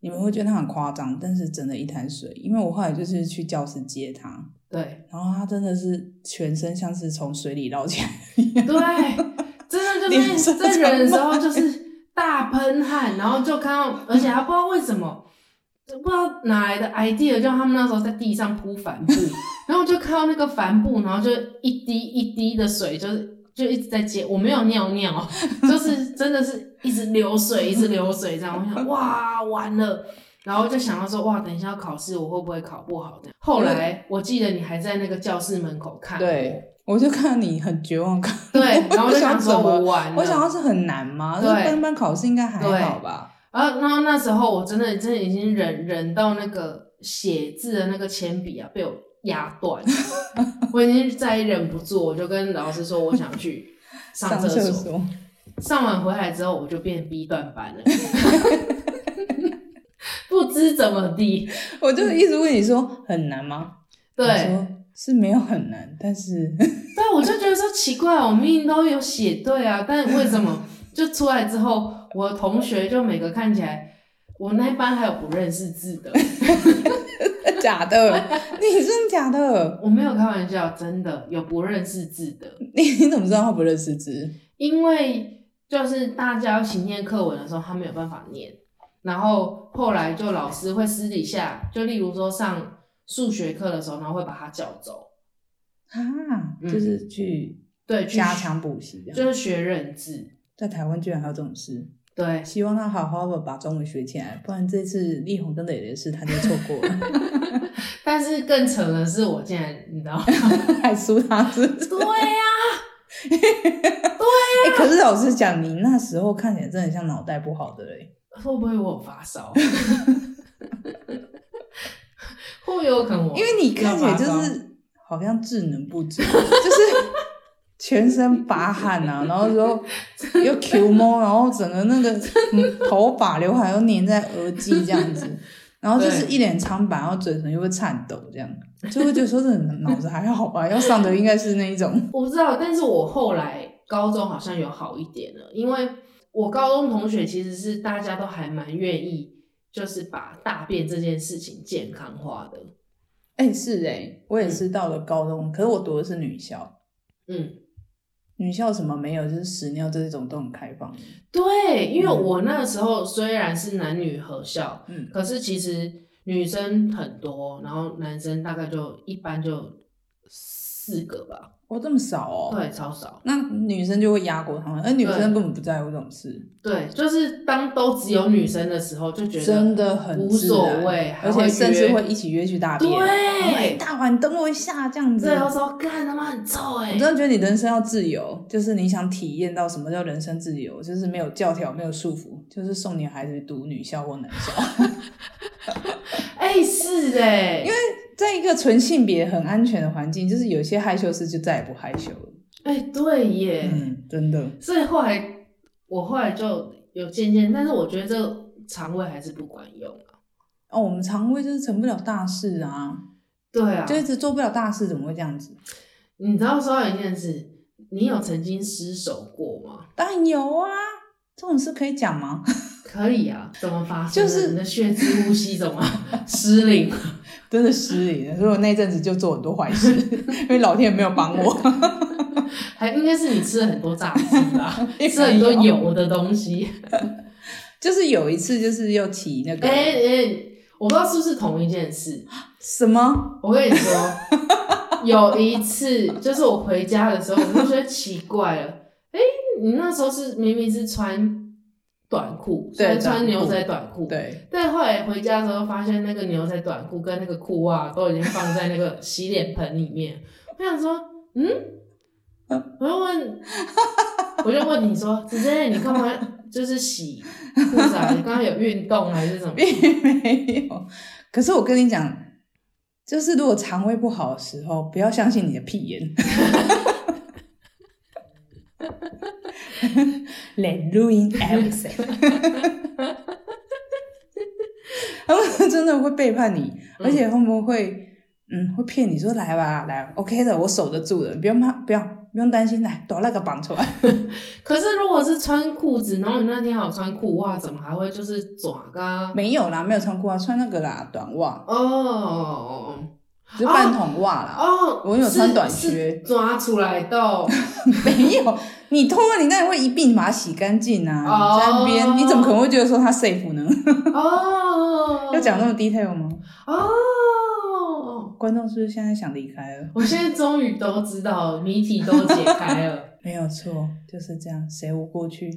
Speaker 3: 你们会觉得他很夸张，但是真的一滩水。因为我后来就是去教室接他，
Speaker 4: 对
Speaker 3: 然后他真的是全身像是从水里捞起来，
Speaker 4: 对，真的
Speaker 3: 脸
Speaker 4: 就
Speaker 3: 色
Speaker 4: 是在
Speaker 3: 苍
Speaker 4: 忍的时候
Speaker 3: 白
Speaker 4: 就是大喷汗，然后就看到，而且还不知道为什么，不知道哪来的 idea，就他们那时候在地上铺帆布，然后就看到那个帆布，然后就一滴一滴的水就是。就一直在接，我没有尿尿，就是真的是一直流水，一直流水这样。我想，哇，完了，然后就想到说，哇，等一下要考试，我会不会考不好的？后来我记得你还在那个教室门口看我，
Speaker 3: 对 我就看到你很绝望，看
Speaker 4: 对，然后我 就想说，
Speaker 3: 怎么
Speaker 4: 我完了，
Speaker 3: 我想要是很难吗？就是
Speaker 4: 对
Speaker 3: 班班考试应该还
Speaker 4: 对
Speaker 3: 好吧？
Speaker 4: 然后，然后那时候我真的真的已经忍忍到那个写字的那个铅笔啊被我压断， 我已经再也忍不住，我就跟老师说我想去上
Speaker 3: 上
Speaker 4: 厕
Speaker 3: 厕
Speaker 4: 所。
Speaker 3: 所，
Speaker 4: 上完回来之后，我就变 B 段班 了，不知怎么地，
Speaker 3: 我就一直问你说很难吗？你
Speaker 4: 对。
Speaker 3: 说是没有很难，但是
Speaker 4: 对，我就觉得说奇怪，我明明都有写对啊，但为什么就出来之后，我同学就每个看起来，我那一班还有不认识字的，
Speaker 3: 假的，你真的假的？
Speaker 4: 我没有开玩笑，真的有不认识字的，
Speaker 3: 你你怎么知道他不认识字？
Speaker 4: 因为就是大家一起念课文的时候，他没有办法念，然后后来就老师会私底下，就例如说上数学课的时候，然后会把他叫走，
Speaker 3: 啊，
Speaker 4: 嗯
Speaker 3: 就是去
Speaker 4: 对，去
Speaker 3: 加强补习这
Speaker 4: 就
Speaker 3: 样。
Speaker 4: 是学认字，
Speaker 3: 在台湾居然还有这种事，
Speaker 4: 对，
Speaker 3: 希望他好好的把中文学起来，不然这次力宏跟磊磊的事他就错过 了，
Speaker 4: 但是更扯的是，我竟然你知 道吗？
Speaker 3: 还输他自己。
Speaker 4: 对啊呀、
Speaker 3: 哎、可是老实讲，你那时候看起来真的像脑袋不好的嘞。
Speaker 4: 会不会我有发 烧？会不会有可能我？
Speaker 3: 因为你看起来就
Speaker 4: 要发烧
Speaker 3: 是好像智能不足，就是全身发汗 啊，然后说又 Q 猫，然后整个那个嗯头发刘海又粘在额际这 样子，然后就是
Speaker 4: 对
Speaker 3: 一脸苍白，然后嘴唇又会颤抖这样，就会觉得说这人脑子还好吧，要上的应该是那一种
Speaker 4: 我不知道，但是我后来高中好像有好一点了，因为我高中同学其实是大家都还蛮愿意，就是把大便这件事情健康化的。
Speaker 3: 哎、是哎、我也是到了高中，可是我读的是女校，
Speaker 4: 嗯，
Speaker 3: 女校什么没有，就是屎尿这种都很开放。
Speaker 4: 对，因为我那个时候虽然是男女合校，
Speaker 3: 嗯，
Speaker 4: 可是其实女生很多，然后男生大概就一般就四个吧，
Speaker 3: 哦，这么少哦。
Speaker 4: 对，超少。
Speaker 3: 那女生就会压过他们，而女生根本不在乎这种事，
Speaker 4: 对，就是当都只有女生的时候，就觉得
Speaker 3: 真的很
Speaker 4: 无
Speaker 3: 自然
Speaker 4: 所谓，还
Speaker 3: 而且甚至
Speaker 4: 约
Speaker 3: 会一起约去大便。哎
Speaker 4: 对，
Speaker 3: 大碗等我一下这样子。
Speaker 4: 最后说干他妈很臭哎、
Speaker 3: 我真的觉得你人生要自由，就是你想体验到什么叫人生自由，就是没有教条，没有束缚，就是送你孩子读女校或男校，
Speaker 4: 哎、是哎、因为
Speaker 3: 在一个纯性别很安全的环境，就是有些害羞事就再也不害羞了。
Speaker 4: 哎、对耶，
Speaker 3: 嗯，真的。
Speaker 4: 所以后来我后来就有渐渐，但是我觉得这肠胃还是不管用啊。
Speaker 3: 哦，我们常规就是成不了大事啊，
Speaker 4: 对啊，
Speaker 3: 就一直做不了大事，怎么会这样子？
Speaker 4: 你知道说到一件事，你有曾经失手过吗？
Speaker 3: 当然有啊，这种事可以讲吗？
Speaker 4: 可以啊，怎么发生的？
Speaker 3: 就是
Speaker 4: 你的血脂呼吸怎么 失灵？
Speaker 3: 真的失礼了，所以我那阵子就做很多坏事，因为老天也没有帮我。，
Speaker 4: 还应该是你吃了很多炸鸡吧
Speaker 3: 也
Speaker 4: 吃了很多
Speaker 3: 没有
Speaker 4: 油的东西。
Speaker 3: 就是有一次，就是又骑那个、
Speaker 4: 哎、哎、我不知道是不是同一件事。
Speaker 3: 什么，
Speaker 4: 我跟你说，有一次就是我回家的时候，我就觉得奇怪了。哎、你那时候是明明是穿短裤，
Speaker 3: 对
Speaker 4: 穿穿
Speaker 3: 短裤
Speaker 4: 牛仔短裤，。
Speaker 3: 对，
Speaker 4: 但后来回家的时候，发现那个牛仔短裤跟那个裤袜都已经放在那个洗脸盆里面。我想说，嗯，
Speaker 3: 嗯
Speaker 4: 我就问，我就问你说，子珍，你干嘛就是洗裤子啊？你刚刚有运动还是什么？
Speaker 3: 并没有。可是我跟你讲，就是如果肠胃不好的时候，不要相信你的屁眼。Let ruin everything，他们真的会背叛你，
Speaker 4: 嗯
Speaker 3: 而且他们会，嗯，会骗你说来吧，来，OK 的，我守得住的，不用怕，不要不用担心，来，把那个绑出来。
Speaker 4: 可是如果是穿裤子，然后你那天还有穿裤袜，怎么还会就是爪嘎？
Speaker 3: 没有啦，没有穿裤袜，穿那个啦，短袜，
Speaker 4: 哦
Speaker 3: 就是半筒袜啦。
Speaker 4: 哦，
Speaker 3: 我有穿
Speaker 4: 是
Speaker 3: 短
Speaker 4: 是
Speaker 3: 靴
Speaker 4: 抓出来到
Speaker 3: 没有，你脱了你当然会一并把它洗干净啊。
Speaker 4: 哦
Speaker 3: 在那边你怎么可能会觉得说它 safe 呢？
Speaker 4: 哦，
Speaker 3: 要讲那么 detail 吗？
Speaker 4: 哦。
Speaker 3: 观众是不是现在想离开了？
Speaker 4: 我现在终于都知道谜题都解开了。
Speaker 3: 没有错，就是这样，谁无过去？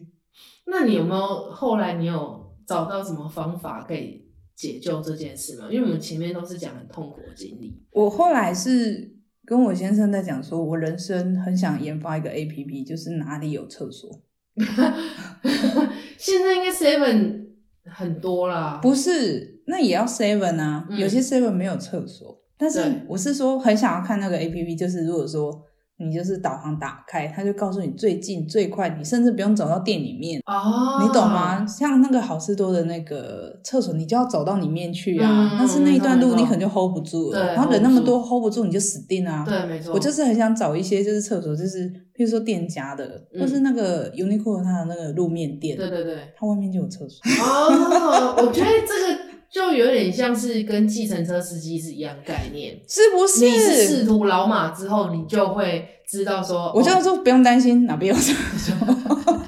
Speaker 4: 那你有没有后来你有找到什么方法可以解救这件事吗？因为我们前面都是讲很痛苦的经历。
Speaker 3: 我后来是跟我先生在讲说，我人生很想研发一个 A P P，就是哪里有厕所。
Speaker 4: 现在应该 seven 很多啦，
Speaker 3: 不是，那也要 seven 啊，
Speaker 4: 嗯
Speaker 3: 有些 seven 没有厕所。但是
Speaker 4: 对
Speaker 3: 我是说，很想要看那个 A P P，就是如果说你就是导航打开，它就告诉你最近最快，你甚至不用走到店里面，
Speaker 4: 哦，
Speaker 3: 你懂？吗？像那个好事多的那个厕所，你就要走到里面去啊。
Speaker 4: 嗯
Speaker 3: 但是那一段
Speaker 4: 没
Speaker 3: 路
Speaker 4: 错没
Speaker 3: 你
Speaker 4: 错
Speaker 3: 可能就 hold 不住了，
Speaker 4: 对
Speaker 3: 然后人那么
Speaker 4: hold 不
Speaker 3: 多 hold 不住，你就死定啊。
Speaker 4: 对，没错。
Speaker 3: 我就是很想找一些就是厕所，就是譬如说店家的，
Speaker 4: 嗯
Speaker 3: 或是那个 Uniqlo 它的那个路面店，
Speaker 4: 对对对。
Speaker 3: 它外面就有厕所。
Speaker 4: 哦，我觉得这个就有点像是跟计程车司机是一样概念。
Speaker 3: 是不是？
Speaker 4: 你是仕途老马之后，你就会知道说，
Speaker 3: 我就
Speaker 4: 哦
Speaker 3: 说不用担心，哪边有厕所。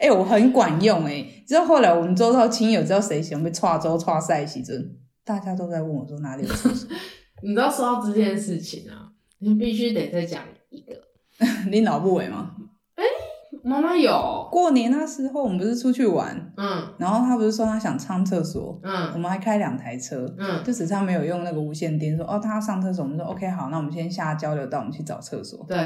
Speaker 3: 哎、我很管用哎、直到后来我们周遭亲友知道谁喜欢被串州串赛时阵，大家都在问我说哪里有厕所。
Speaker 4: 你知道说到这件事情啊，你必须得再讲一个。
Speaker 3: 你欸脑部尾吗？
Speaker 4: 妈妈有，
Speaker 3: 过年那时候我们不是出去玩，
Speaker 4: 嗯
Speaker 3: 然后他不是说他想上厕所，我
Speaker 4: 嗯
Speaker 3: 们还开两台车，
Speaker 4: 嗯，
Speaker 3: 就只差没有用那个无线电说哦他要上厕所，我们说 OK 好，那我们先下交流道，我们去找厕所。
Speaker 4: 对，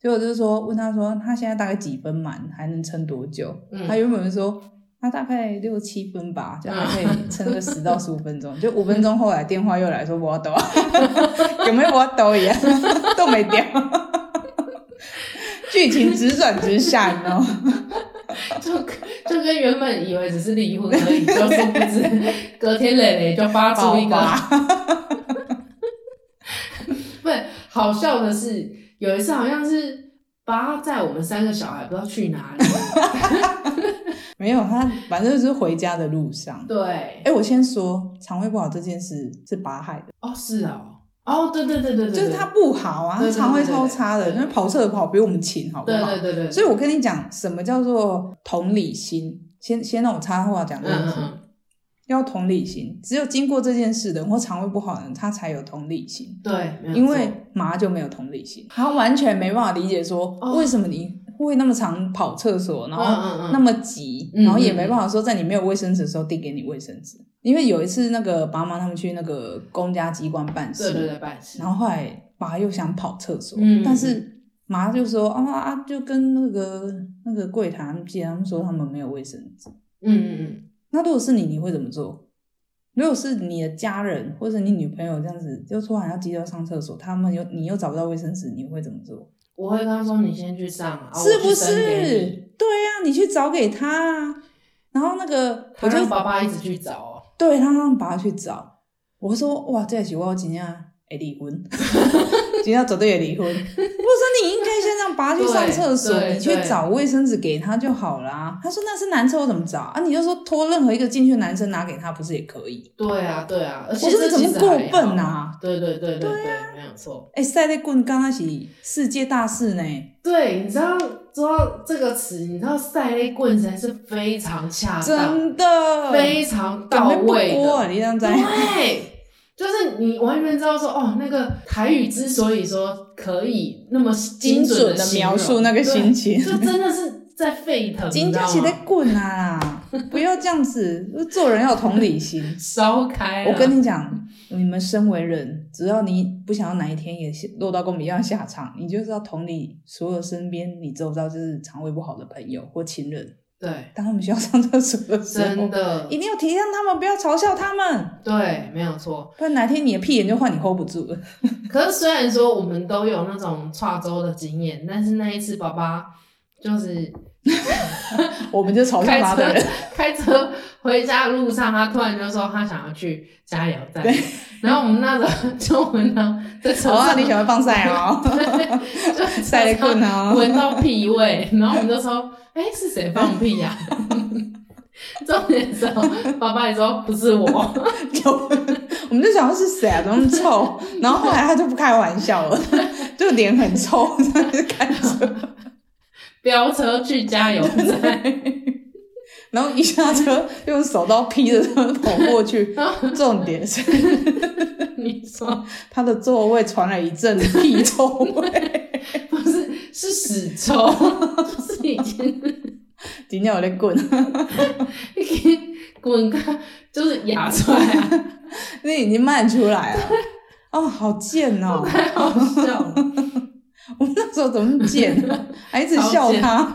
Speaker 3: 结果就是说问他说他现在大概几分满，还能撑多久？
Speaker 4: 嗯
Speaker 3: 他原本说他大概六七分吧，就还可以撑个十到十五分钟，就五分钟后来电话又来说我要抖， 有没有我要抖一样， 都没掉。 剧情直转直下，你知道吗？
Speaker 4: 就就跟原本以为只是离婚而已，就殊不知隔天磊磊就发出一
Speaker 3: 爆
Speaker 4: 个。 不，好笑的是，有一次好像是爸载我们三个小孩不知道去哪里，
Speaker 3: 没有，他反正就是回家的路上。
Speaker 4: 对
Speaker 3: 哎、，我先说，肠胃不好这件事是拔害的，
Speaker 4: 哦是哦，哦对对对对对，
Speaker 3: 就是他不好啊，
Speaker 4: 对对
Speaker 3: 他
Speaker 4: 对
Speaker 3: 肠胃超差的，
Speaker 4: 对对对
Speaker 3: 那跑厕跑比我们勤，好不
Speaker 4: 对，
Speaker 3: 好？
Speaker 4: 对对对对，
Speaker 3: 所以我跟你讲，什么叫做同理心？先先让我插话讲这
Speaker 4: 嗯
Speaker 3: 件
Speaker 4: 嗯
Speaker 3: 事，
Speaker 4: 嗯，
Speaker 3: 要同理心。只有经过这件事的人或肠胃不好的人，他才有同理心，
Speaker 4: 对，没有
Speaker 3: 因为
Speaker 4: 错
Speaker 3: 马就没有同理心，他完全没办法理解说
Speaker 4: 哦
Speaker 3: 为什么你会那么常跑厕所，然后
Speaker 4: 嗯嗯嗯
Speaker 3: 哦那么急，
Speaker 4: 嗯
Speaker 3: 然后也没办法说在你没有卫生纸的时候递给你卫生纸，因为有一次那个爸妈他们去那个公家机关办事，
Speaker 4: 对对对办事，
Speaker 3: 然后后来爸又想跑厕所，
Speaker 4: 嗯
Speaker 3: 但是妈就说啊啊，就跟那个那个柜台他们借，他们说他们没有卫生纸。
Speaker 4: 嗯嗯嗯，
Speaker 3: 那如果是你，你会怎么做？如果是你的家人或者你女朋友这样子，就突然要急着上厕所，他们又你又找不到卫生纸，你会怎么做？
Speaker 4: 我会跟他说你先去上啊，
Speaker 3: 是不
Speaker 4: 我去生给你
Speaker 3: 是？对呀、你去找给他啊。然后那个
Speaker 4: 他
Speaker 3: 我就
Speaker 4: 让爸爸一直去找哦，
Speaker 3: 对他让爸爸去找，我说哇，这是我今天会离婚， 今天绝对会离婚。我说你应该先让爸爸去上厕所，
Speaker 4: 对对
Speaker 3: 你去找卫生纸给他就好啦。他说那是男厕，我怎么找啊？你就说托任何一个进去的男生拿给他，不是也可以？
Speaker 4: 对啊对啊，而且
Speaker 3: 我说你怎么
Speaker 4: 这其实
Speaker 3: 过
Speaker 4: 还好
Speaker 3: 分？啊？
Speaker 4: 对对对对对，没有错。
Speaker 3: 哎、塞内棍刚开始世界大事呢，
Speaker 4: 对，你知道说到这个词，你知道赛雷棍才是非常恰当、
Speaker 3: 真的
Speaker 4: 啊非常到
Speaker 3: 港妹不
Speaker 4: 位
Speaker 3: 播啊
Speaker 4: 的。
Speaker 3: 你这样子。
Speaker 4: 对，就是你完全知道说，哦，那个台语之所以说可以那么
Speaker 3: 精准
Speaker 4: 的
Speaker 3: 的描述那个心情，
Speaker 4: 就真的是在沸 腾，你
Speaker 3: 金
Speaker 4: 知
Speaker 3: 家
Speaker 4: 道
Speaker 3: 起在
Speaker 4: 吗？
Speaker 3: 滚啊！ 不要这样子，做人要有同理心。
Speaker 4: 烧开了，
Speaker 3: 我跟你讲，你们身为人，只要你不想要哪一天也落到跟我们一样下场，你就是要同理所有身边你周遭就是肠胃不好的朋友或情人，
Speaker 4: 对，
Speaker 3: 当他们需要上厕所的时
Speaker 4: 真
Speaker 3: 候，
Speaker 4: 的
Speaker 3: 一定要体谅他们，不要嘲笑他们，
Speaker 4: 对，没有错。
Speaker 3: 不然哪天你的屁眼就换你 hold 不住了。
Speaker 4: 可是虽然说我们都有那种跨州的经验，但是那一次爸爸就是
Speaker 3: 我们就嘲笑
Speaker 4: 开
Speaker 3: 他的
Speaker 4: 车
Speaker 3: 人，
Speaker 4: 开车回家路上，他突然就说他想要去加油站，然后我们那时候就闻到在车
Speaker 3: 好啊，
Speaker 4: 上
Speaker 3: 你喜欢放 晒哦，
Speaker 4: 就
Speaker 3: 晒雷棍哦，
Speaker 4: 闻到屁味，然后我们就说，哎、是谁放屁呀、 重点是哦，爸爸也说不是我，
Speaker 3: 就我们就想说是谁啊，怎么那么臭？然后后来他就不开玩笑了， 就脸很臭，他就开车，
Speaker 4: 飙车去加油站，
Speaker 3: 然后一下车用手刀劈着他跑 过去。
Speaker 4: 然后
Speaker 3: 重点是
Speaker 4: 你说
Speaker 3: 他的座位传来一阵屁臭味，
Speaker 4: 哎不是是屎臭， 就是已经
Speaker 3: 今天我在滚，
Speaker 4: 已经 滚开，就是牙出来啊。
Speaker 3: 那已经漫出来了。哦，好贱哦！
Speaker 4: 太好笑 了。
Speaker 3: 我们那时候怎么那么贱啊、还一直笑他。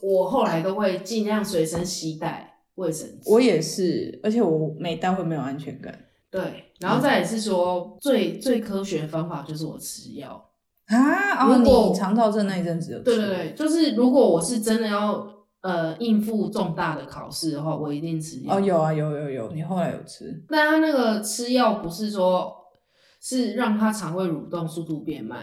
Speaker 4: 我后来都会尽量随身携带卫生纸。
Speaker 3: 我也是，而且我没带会没有安全感。
Speaker 4: 对，然后再也是说、最最科学的方法就是我吃药。
Speaker 3: 啊，哦，
Speaker 4: 如果
Speaker 3: 你肠燥症那一阵子有
Speaker 4: 对对对，就是如果我是真的要呃应付重大的考试的话，我一定吃药。
Speaker 3: 哦，有啊有有有，你后来有吃
Speaker 4: 但他那个吃药不是说，是让他肠胃蠕动速度变慢，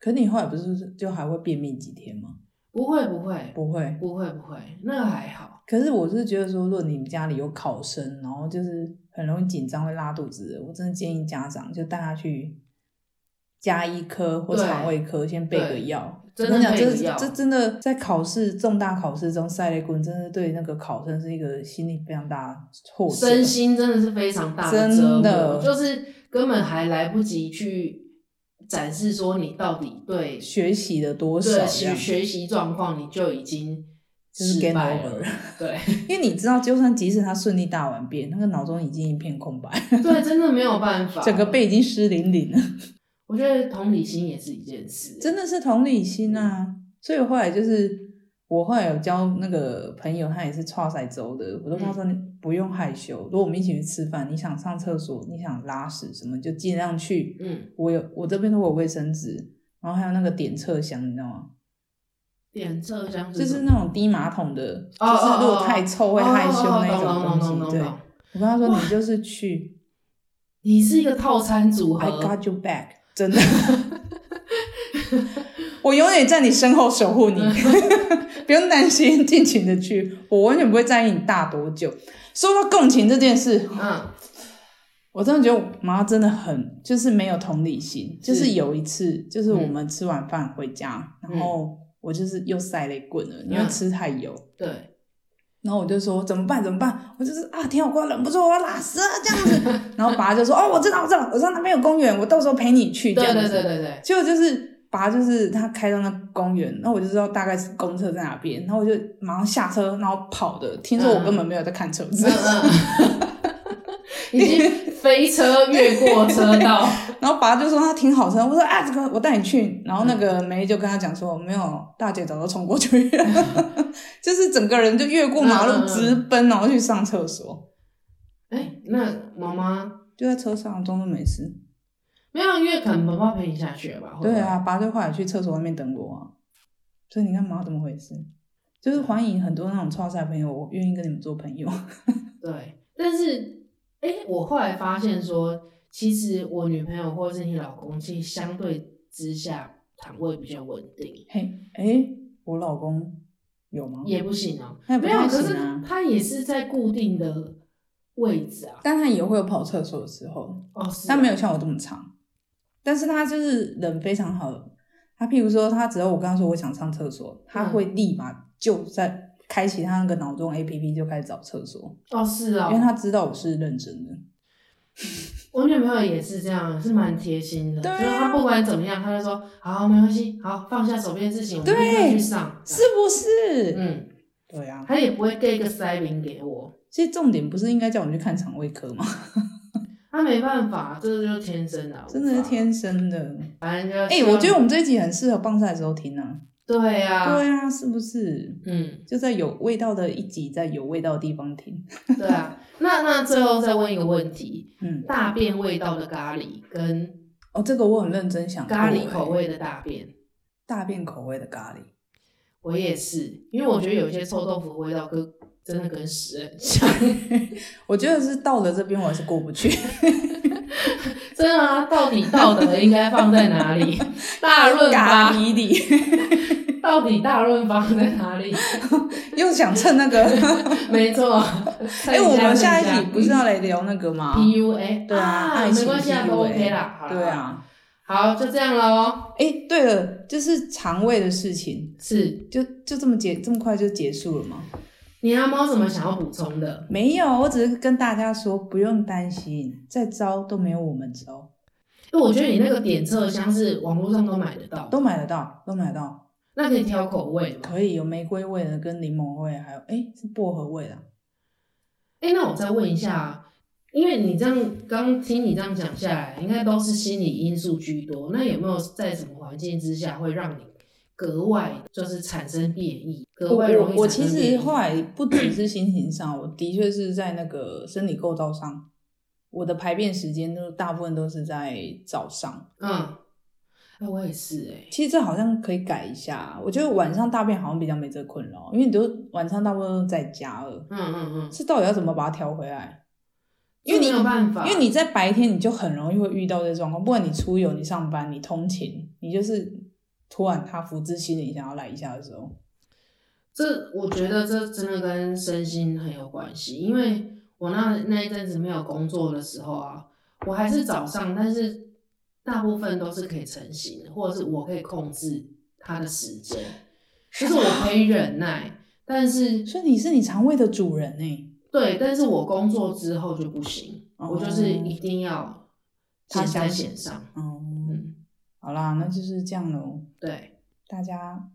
Speaker 3: 可你后来不是就还会便秘几天吗？
Speaker 4: 不会不会
Speaker 3: 不会，
Speaker 4: 不会不会，那个还好。
Speaker 3: 可是我是觉得说，如果你们家里有考生，然后就是很容易紧张会拉肚子的，我真的建议家长就带他去加医科或
Speaker 4: 对
Speaker 3: 肠胃科先备个
Speaker 4: 对
Speaker 3: 药。
Speaker 4: 真
Speaker 3: 我跟
Speaker 4: 的
Speaker 3: 你讲，
Speaker 4: 备
Speaker 3: 这
Speaker 4: 个药
Speaker 3: 这真的在考试重大考试中塞雷棍，真的对那个考生是一个心理非常大的挫折。
Speaker 4: 身心真的是非常大的
Speaker 3: 真
Speaker 4: 折磨，
Speaker 3: 的
Speaker 4: 就是根本还来不及去展示说你到底对
Speaker 3: 学习了多少
Speaker 4: 对
Speaker 3: 这
Speaker 4: 学
Speaker 3: 样？
Speaker 4: 学习状况，你就已经
Speaker 3: 就是
Speaker 4: 失
Speaker 3: game
Speaker 4: 败
Speaker 3: over
Speaker 4: 了。 对
Speaker 3: 因为你知道，就算即使他顺利大完便，那个脑中已经一片空白，
Speaker 4: 对，啊真的没有办法。
Speaker 3: 整个背已经湿淋淋了。
Speaker 4: 我觉得同理心也是一件事，
Speaker 3: 真的是同理心啊！所以我后来就是，我后来有交那个朋友，他也是跨赛州的，
Speaker 4: 嗯
Speaker 3: 我都跟他说你不用害羞，如果我们一起去吃饭，你想上厕所，你想拉屎什么，就尽量去。
Speaker 4: 嗯，
Speaker 3: 我有我这边都有卫生纸，然后还有那个点厕箱，你知道吗？
Speaker 4: 点车厢
Speaker 3: 就是
Speaker 4: 什么
Speaker 3: 那种低马桶的，
Speaker 4: 嗯哦
Speaker 3: 就是如
Speaker 4: 哦
Speaker 3: 果
Speaker 4: 哦
Speaker 3: 太臭会害羞那
Speaker 4: 哦哦哦懂懂懂
Speaker 3: 种
Speaker 4: 懂
Speaker 3: 东
Speaker 4: 懂
Speaker 3: 西。对，
Speaker 4: 懂
Speaker 3: 我跟他说你就是去
Speaker 4: 你是一个套餐组
Speaker 3: ，I
Speaker 4: 合，
Speaker 3: got you back，真的。 我永远在你身后守护你， 不用担心，尽情的去，我完全不会在意你大多久。说到共情这件事，
Speaker 4: 嗯
Speaker 3: 我真的觉得我妈真的很就是没有同理心。就是有一次，就是我们吃完饭回家，
Speaker 4: 嗯
Speaker 3: 然后我就是又塞了一棍了，因为
Speaker 4: 嗯
Speaker 3: 吃太油，，
Speaker 4: 对，
Speaker 3: 然后我就说怎么办怎么办？我就是啊，天啊，我快忍不住，我要拉屎啊这样子。然后爸就说哦，我知道我知道，我知道那边有公园，我到时候陪你去。
Speaker 4: 对
Speaker 3: 这样子
Speaker 4: 对对对 对，
Speaker 3: 结果就是爸就是他开到那公园，然后我就知道大概是公厕在哪边，然后我就马上下车，然后跑的。听说我根本没有在看车子，
Speaker 4: 嗯嗯， 已经飞车越过车道，
Speaker 3: 然后爸就说他停好车，我说啊，这个我带你去。然后那个梅就跟他讲说，没有，大姐早就冲过去了， 就是整个人就越过马
Speaker 4: 嗯嗯嗯
Speaker 3: 路直奔，然后去上厕所，
Speaker 4: 哎，那妈妈
Speaker 3: 就在车上装作没事。
Speaker 4: 没有，因为可能妈妈陪你下去了吧？会不会
Speaker 3: 对，啊，爸就后来去厕所外面等我啊。所以你看妈怎么回事？就是欢迎很多那种超赛朋友，我愿意跟你们做朋友。
Speaker 4: 对，但是哎，我后来发现说，其实我女朋友或者是你老公，其实相对之下肠胃比较稳定，
Speaker 3: 嘿，诶，我老公有吗？
Speaker 4: 也不行啊，
Speaker 3: 哦他也不
Speaker 4: 没有，
Speaker 3: 太
Speaker 4: 可是
Speaker 3: 行啊，
Speaker 4: 他也是在固定的位置啊，
Speaker 3: 但他也会有跑厕所的时候，
Speaker 4: 哦，是啊
Speaker 3: 他没有像我这么长，但是他就是人非常好。他譬如说，他只要我跟他说我想上厕所，
Speaker 4: 嗯
Speaker 3: 他会立马就在开启他那个脑中 A P P 就开始找厕所，
Speaker 4: 哦，是啊，
Speaker 3: 因为他知道我是认真
Speaker 4: 哦
Speaker 3: 的。
Speaker 4: 我女朋友也是这样，是蛮贴心的。
Speaker 3: 对啊
Speaker 4: 就是她不管怎么样，她就说好，没关系，好放下手边的事情，我们
Speaker 3: 对
Speaker 4: 立刻去上。
Speaker 3: 是不是？
Speaker 4: 嗯，
Speaker 3: 对啊。
Speaker 4: 她也不会给一个塞饼给我，
Speaker 3: 其实重点不是应该叫我们去看肠胃科吗？
Speaker 4: 她没办法，这个就是天啊生的，
Speaker 3: 真的是天生的。
Speaker 4: 无法，反正就
Speaker 3: 哎、我觉得我们这一集很适合棒赛的时候听啊。
Speaker 4: 对呀、啊，
Speaker 3: 对啊，是不是？
Speaker 4: 嗯，
Speaker 3: 就在有味道的一集，在有味道的地方听。
Speaker 4: 对啊。那那最后再问一个问题：
Speaker 3: 嗯，
Speaker 4: 大便味道的咖喱跟
Speaker 3: 哦，这个我很认真想过
Speaker 4: 咖喱口味
Speaker 3: 欸
Speaker 4: 的大便，
Speaker 3: 大便口味的咖喱，
Speaker 4: 我也是，因为我觉得有些臭豆腐味道跟真的跟屎很像。
Speaker 3: 我觉得是到了这边我还是过不去。
Speaker 4: 真的啊，到底道德应该放在哪里？ 大润
Speaker 3: 咖
Speaker 4: 发
Speaker 3: 喱里，
Speaker 4: 到底大润发在哪里？
Speaker 3: 又想趁那 个，
Speaker 4: 没错。
Speaker 3: 哎、我们下一
Speaker 4: 看
Speaker 3: 集不是要来聊那个吗？
Speaker 4: PUA？
Speaker 3: 对啊，爱
Speaker 4: 没
Speaker 3: 情
Speaker 4: 关系嗯啊，都
Speaker 3: PUA
Speaker 4: OK 啦。好啦
Speaker 3: 对，啊，
Speaker 4: 好，就这样喽。
Speaker 3: 哎、对了，就是肠胃的事情，
Speaker 4: 是，
Speaker 3: 就就这么结这么快就结束了吗？
Speaker 4: 你还有没有什么想要补充的？
Speaker 3: 没有，我只是跟大家说不用担心，再糟都没有我们糟，
Speaker 4: 因为我觉得你那个点测箱是网络上都买得到，
Speaker 3: 都买得到，都买得到。
Speaker 4: 那可以挑口味嘛。
Speaker 3: 可以有玫瑰味的，跟柠檬味，还有哎是薄荷味的啊。
Speaker 4: 哎、那我再问一下啊，因为你这样刚听你这样讲下来，应该都是心理因素居多。那有没有在什么环境之下会让你格外就是产生变异，格
Speaker 3: 我
Speaker 4: 外容易
Speaker 3: 我我其
Speaker 4: 产生
Speaker 3: 实
Speaker 4: 变
Speaker 3: 后
Speaker 4: 异？
Speaker 3: 来不只是心情上，我的确是在那个生理构造上，我的排便时间都大部分都是在早上。
Speaker 4: 嗯，哎我也是哎、
Speaker 3: 其实这好像可以改一下，啊我觉得晚上大便好像比较没这困扰，因为你都晚上大部分都在家了，
Speaker 4: 嗯嗯嗯，
Speaker 3: 这到底要怎么把它调回来？因为你
Speaker 4: 这没有办法，
Speaker 3: 因为你在白天你就很容易会遇到这状况，不管你出游、你上班、你通勤，你就是突然他福至心灵想要来一下的时候，
Speaker 4: 这我觉得这真的跟身心很有关系，因为我那那一阵子没有工作的时候啊，我还是早上，但是大部分都是可以成型的，或者是我可以控制它的时间，就是啊我可以忍耐，但是
Speaker 3: 所以你是你肠胃的主人欸呢、
Speaker 4: 对，但是我工作之后就不行，
Speaker 3: 哦
Speaker 4: 我就是一定要
Speaker 3: 他
Speaker 4: 显
Speaker 3: 想
Speaker 4: 在线上，
Speaker 3: 哦、
Speaker 4: 嗯，
Speaker 3: 好啦，那就是这样喽，
Speaker 4: 对，
Speaker 3: 大家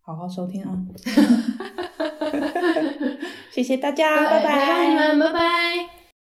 Speaker 3: 好好收 听啊，谢谢大家，拜
Speaker 4: 对爱你们，拜拜。